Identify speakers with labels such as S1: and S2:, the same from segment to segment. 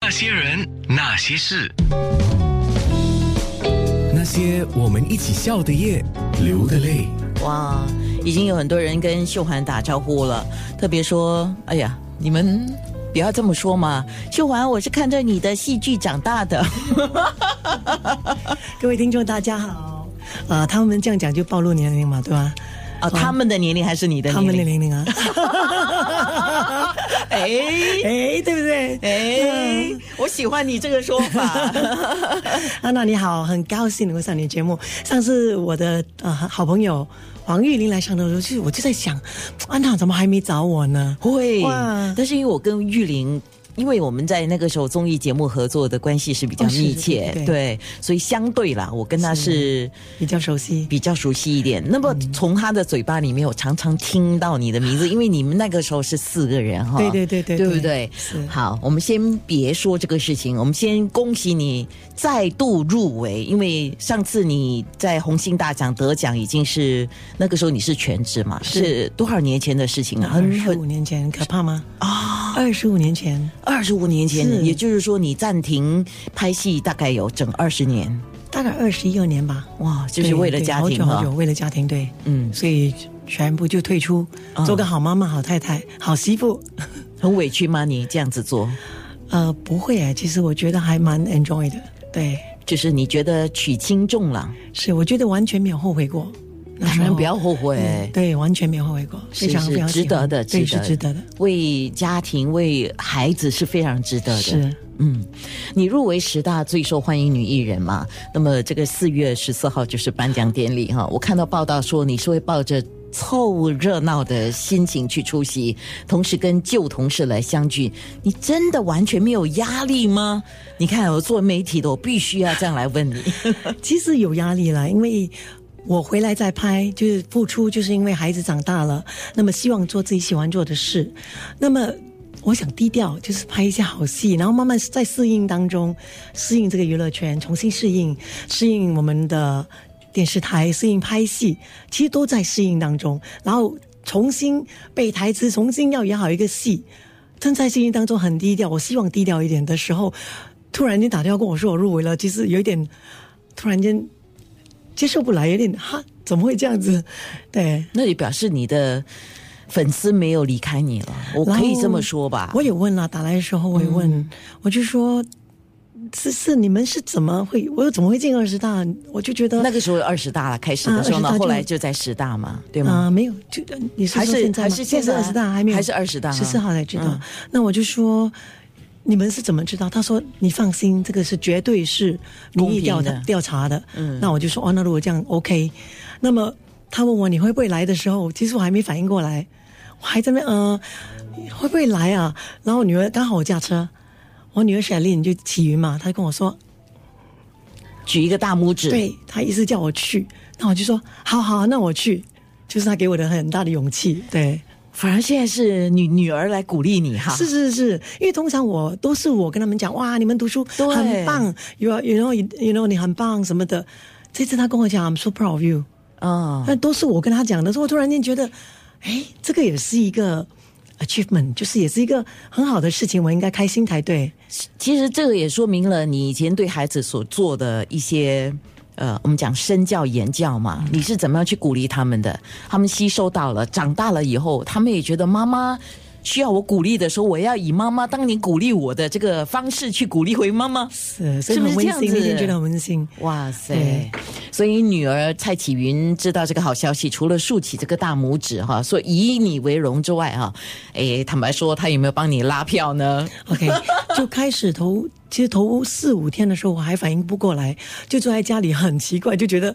S1: 那些人，那些事，
S2: 那些我们一起笑的夜，流的泪。
S3: 哇，已经有很多人跟秀环打招呼了，特别说：“哎呀，你们不要这么说嘛，秀环，我是看着你的戏剧长大 的。
S4: 各位听众，大家好。啊，他们这样讲就暴露年龄嘛，对吧？”
S3: 哦，他们的年龄还是你的
S4: 他们的
S3: 年龄？
S4: 年 龄啊，
S3: 哎
S4: 哎，对不对？
S3: 哎，我喜欢你这个说法。
S4: 安啊娜你好，很高兴能够上你的节目。上次我的呃好朋友黄玉玲来上的时候，就是我就在想，安娜怎么还没找我呢？
S3: 会
S4: 哇，
S3: 但是因为我跟玉玲。因为我们在那个时候综艺节目合作的关系是比较
S4: 哦是
S3: 密切，
S4: 对对对
S3: 对，所以相对啦，我跟她是
S4: 比较熟悉，
S3: 比较熟悉一点。那么
S4: 嗯
S3: 从他的嘴巴里面，我常常听到你的名字，因为你们那个时候是四个人哈。
S4: 对对对对
S3: 对
S4: 对
S3: 不对
S4: 是？
S3: 好，我们先别说这个事情，我们先恭喜你再度入围，因为上次你在红星大奖得奖已经是那个时候你是全职嘛，是多少年前的事情啊？
S4: 二
S3: 很
S4: 十
S3: 很
S4: 五年前可怕吗？
S3: 哦
S4: 啊，二十五年前，
S3: 二十五年前，
S4: 是
S3: 也就是说你暂停拍戏大概有整二十年，
S4: 大概二十一二年吧。
S3: 哇，就是
S4: 对
S3: 为了
S4: 对
S3: 家
S4: 好
S3: 庭
S4: 久好
S3: 哈
S4: 久，。为了家庭，对，
S3: 嗯
S4: 所以全部就退出，做个好妈妈、好太太、好媳妇。
S3: 很委屈吗？你这样子做？
S4: 呃，不会哎，其实我觉得还蛮 enjoy 的，对，
S3: 就是你觉得取轻重了，
S4: 是我觉得完全没有后悔过，那
S3: 当
S4: 时
S3: 然
S4: 候
S3: 不要后悔，
S4: 嗯对，完全没有后悔过，非
S3: 是
S4: 常非
S3: 是
S4: 常
S3: 值
S4: 喜欢
S3: 得的，
S4: 对，是值得的，，
S3: 为家庭为孩子是非常值得的。
S4: 是。
S3: 嗯，你入围十大最受欢迎女艺人嘛？那么这个四月十四号就是颁奖典礼哈，我看到报道说你是会抱着。凑热闹的心情去出席，同时跟旧同事来相聚，你真的完全没有压力吗？你看，我做媒体的，我必须要这样来问你。
S4: 其实有压力啦，因为。我回来再拍，就是付出，就是因为孩子长大了，那么希望做自己喜欢做的事，那么我想低调，就是拍一些好戏，然后慢慢在适应当中，适应这个娱乐圈，重新适应，适应我们的电视台，适应拍戏，其实都在适应当中，然后重新背台词，重新要演好一个戏，正在适应当中很低调，我希望低调一点的时候，突然间打电话跟我说我入围了，其实有一点，突然间接受不来，有点哈，怎么会这样子？对，
S3: 那也表示你的粉丝没有离开你了，我可以这么说吧？
S4: 我也问了，打来的时候我也问，我就说。是是，你们是怎么会？我又怎么会进二十大？我就觉得
S3: 那个时候二十大了，开始的时候呢，
S4: 啊20大就
S3: 后来就在十大嘛，对
S4: 啊、
S3: 吗？
S4: 没有，就呃你是
S3: 嗯还
S4: 说
S3: 是
S4: 现在吗
S3: 还是现在啊
S4: 在二十大还没有，
S3: 还是20大啊
S4: 十四号才知道。
S3: 嗯
S4: 那我就说，你们是怎么知道？他说你放心，这个是绝对是民意调
S3: 公平
S4: 查
S3: 的
S4: 调查的。嗯，那我就说哦，那如果这样 OK，那么他问我你会不会来的时候，其实我还没反应过来，我还在那边呃会不会来啊？然后我女儿刚好我驾车，我女儿小丽你就起云嘛，她就跟我说
S3: 举一个大拇指，，
S4: 对他一直叫我去，那我就说好好，那我去，就是他给我的很大的勇气。对，
S3: 反而现在是女女儿来鼓励你哈，
S4: 是是是，因为通常我都是我跟他们讲，哇，你们读书
S3: 对
S4: 很棒，you are- you know you know 你很棒什么的。这次他跟我讲，I'm so proud of you，
S3: 啊、
S4: 那都是我跟他讲的时候，我突然间觉得，哎，这个也是一个 achievement，就是也是一个很好的事情，我应该开心才对。
S3: 其实这个也说明了你以前对孩子所做的一些。呃，我们讲身教言教嘛，你是怎么样去鼓励他们的？他们吸收到了，长大了以后，他们也觉得妈妈需要我鼓励的时候，我要以妈妈当年鼓励我的这个方式去鼓励回妈妈。
S4: 是，所以
S3: 是不是
S4: 很温
S3: 这样
S4: 馨，
S3: 子
S4: 那天觉得很温馨。
S3: 哇塞
S4: 对！
S3: 所以女儿蔡启云知道这个好消息，除了竖起这个大拇指哈，说以你为荣之外哈，哎，坦白说，她有没有帮你拉票呢？
S4: OK，就开始头，其实头四五天的时候，我还反应不过来，就坐在家里很奇怪，就觉得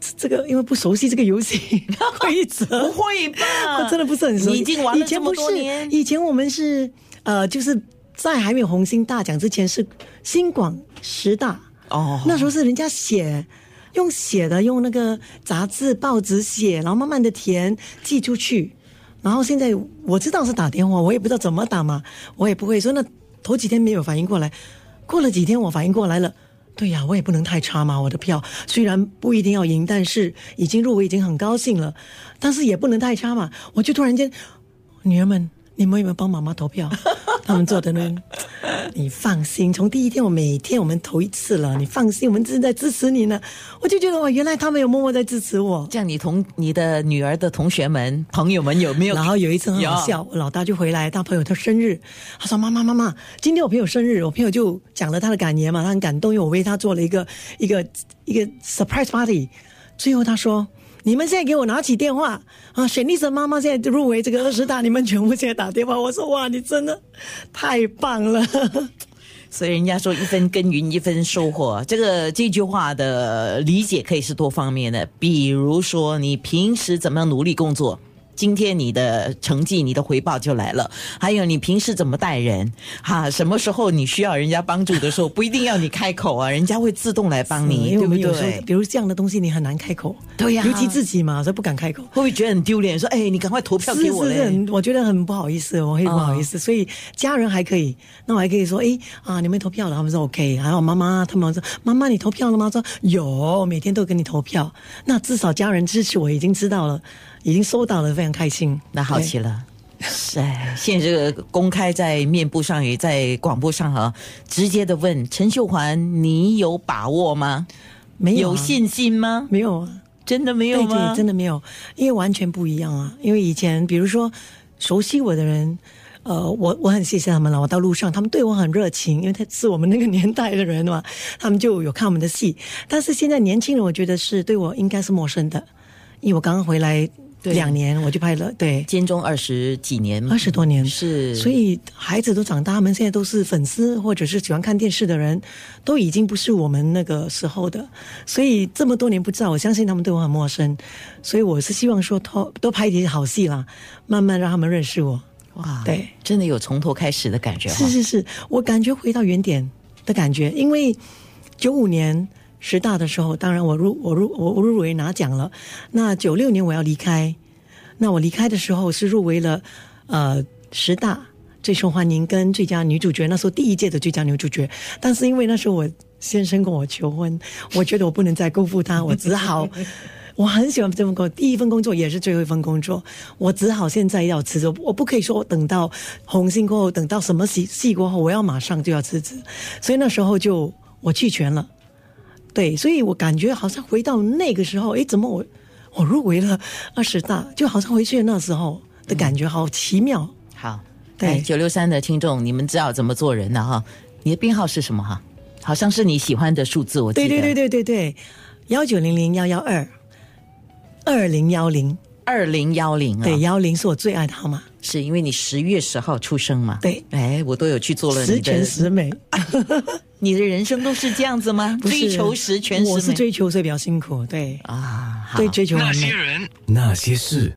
S4: 这这个因为不熟悉这个游戏 规则，
S3: 会吧
S4: 我真的不是很熟悉。
S3: 你已经玩了
S4: 以前
S3: 这么
S4: 不
S3: 多
S4: 是
S3: 年，
S4: 以前我们是呃，就是在还没有红星大奖之前是新广十大
S3: 哦
S4: 那时候是人家写。用写的，用那个杂志、报纸写，然后慢慢的填寄出去。然后现在我知道是打电话，我也不知道怎么打嘛，我也不会说。那头几天没有反应过来，过了几天我反应过来了。对呀，我也不能太差嘛，我的票虽然不一定要赢，但是已经入围已经很高兴了，但是也不能太差嘛。我就突然间，女儿们，你们有没有帮妈妈投票？他们做的呢？你放心，从第一天我每天我们投一次了，你放心，我们正在支持你呢。我就觉得哇，原来他们有默默在支持我。
S3: 这样你同你的女儿的同学们、朋友们有没有？
S4: 然后有一次很好笑，我老大就回来，他朋友他生日，他说：“妈妈，妈妈，今天我朋友生日。”我朋友就讲了他的感言嘛，他很感动，因为我为他做了一个一个一个 surprise party。最后他说：“你们现在给我拿起电话啊！雪妮子妈妈现在入围这个二十大，你们全部现在打电话。”我说：“哇，你真的太棒了！”
S3: 所以人家说一分耕耘一分收获，这个这句话的理解可以是多方面的。比如说，你平时怎么样努力工作，今天你的成绩、你的回报就来了。还有你平时怎么待人，哈，什么时候你需要人家帮助的时候，不一定要你开口啊，人家会自动来 帮
S4: 因
S3: 你，
S4: 为
S3: 嗯对
S4: 我
S3: 不
S4: 们有时候
S3: 对？
S4: 比如这样的东西，你很难开口，
S3: 对呀
S4: 尤其自己嘛，所以不敢开口。
S3: 会不会觉得很丢脸？说，哎，你赶快投票
S4: 是
S3: 给我
S4: 是
S3: 嘞哦
S4: 是，！很我觉得很不好意思，我会不好意思，所以家人还可以，那我还可以说，哎啊，你们投票了，他们说 OK，还有妈妈，他们说妈妈你投票了吗？说有，每天都跟你投票，那至少家人支持我已经知道了，已经收到了，非常开心。
S3: 那好
S4: 对
S3: 极了。是哎，现在这个公开在面部上也在广播上啊，直接的问陈秀环，你有把握吗？
S4: 没有啊
S3: 有信心吗？
S4: 没有啊？
S3: 真的没有
S4: 对
S3: 吗？
S4: 对，真的没有，因为完全不一样啊。因为以前，比如说熟悉我的人，呃，我我很谢谢他们了。我到路上，他们对我很热情，因为他是我们那个年代的人嘛， 他们就有看我们的戏。但是现在年轻人，我觉得是对我应该是陌生的，因为我刚刚回来
S3: 对
S4: 两年，我就拍了对
S3: 监中二十几年，
S4: 二十多年
S3: 是，
S4: 所以孩子都长大，他们现在都是粉丝或者是喜欢看电视的人，都已经不是我们那个时候的。所以这么多年不知道，我相信他们对我很陌生。所以我是希望说多多拍一点好戏啦，慢慢让他们认识我。
S3: 哇，
S4: 对，
S3: 啊真的有从头开始的感觉哈
S4: 是。是是，我感觉回到原点的感觉，因为九五年十大的时候，当然我入我入我我入围拿奖了。那九六年我要离开，那我离开的时候是入围了呃十大最受欢迎跟最佳女主角，那时候第一届的最佳女主角。但是因为那时候我先生跟我求婚，我觉得我不能再辜负他，我只好。我很喜欢这份工作，第一份工作也是最后一份工作，我只好现在要辞职，我不可以说我等到红星过后，等到什么戏戏过后，我要马上就要辞职，所以那时候就我弃权了。对，所以我感觉好像回到那个时候，诶，怎么我我入围了二十大，就好像回去那时候的感觉，好奇妙。
S3: 好，
S4: 对
S3: 九六三的听众，你们知道怎么做人了、哈？你的编号是什么哈？好像是你喜欢的数字，我记
S4: 对
S3: 得。
S4: 对对
S3: 对，
S4: 对对对，幺九零零幺幺二二零幺零，
S3: 二零幺零啊。
S4: 对幺零是我最爱的号码，
S3: 是因为你十月十号出生嘛？
S4: 对
S3: 哎，我都有去做了你
S4: 十
S3: 的
S4: 全，十美。
S3: 你的人生都是这样子吗？
S4: 不是
S3: 啊追求十全十美，
S4: 我是追求，所以比较辛苦。对，
S3: 啊，好
S4: 对，追求完
S1: 那
S4: 美
S1: 些人。
S2: 那些事。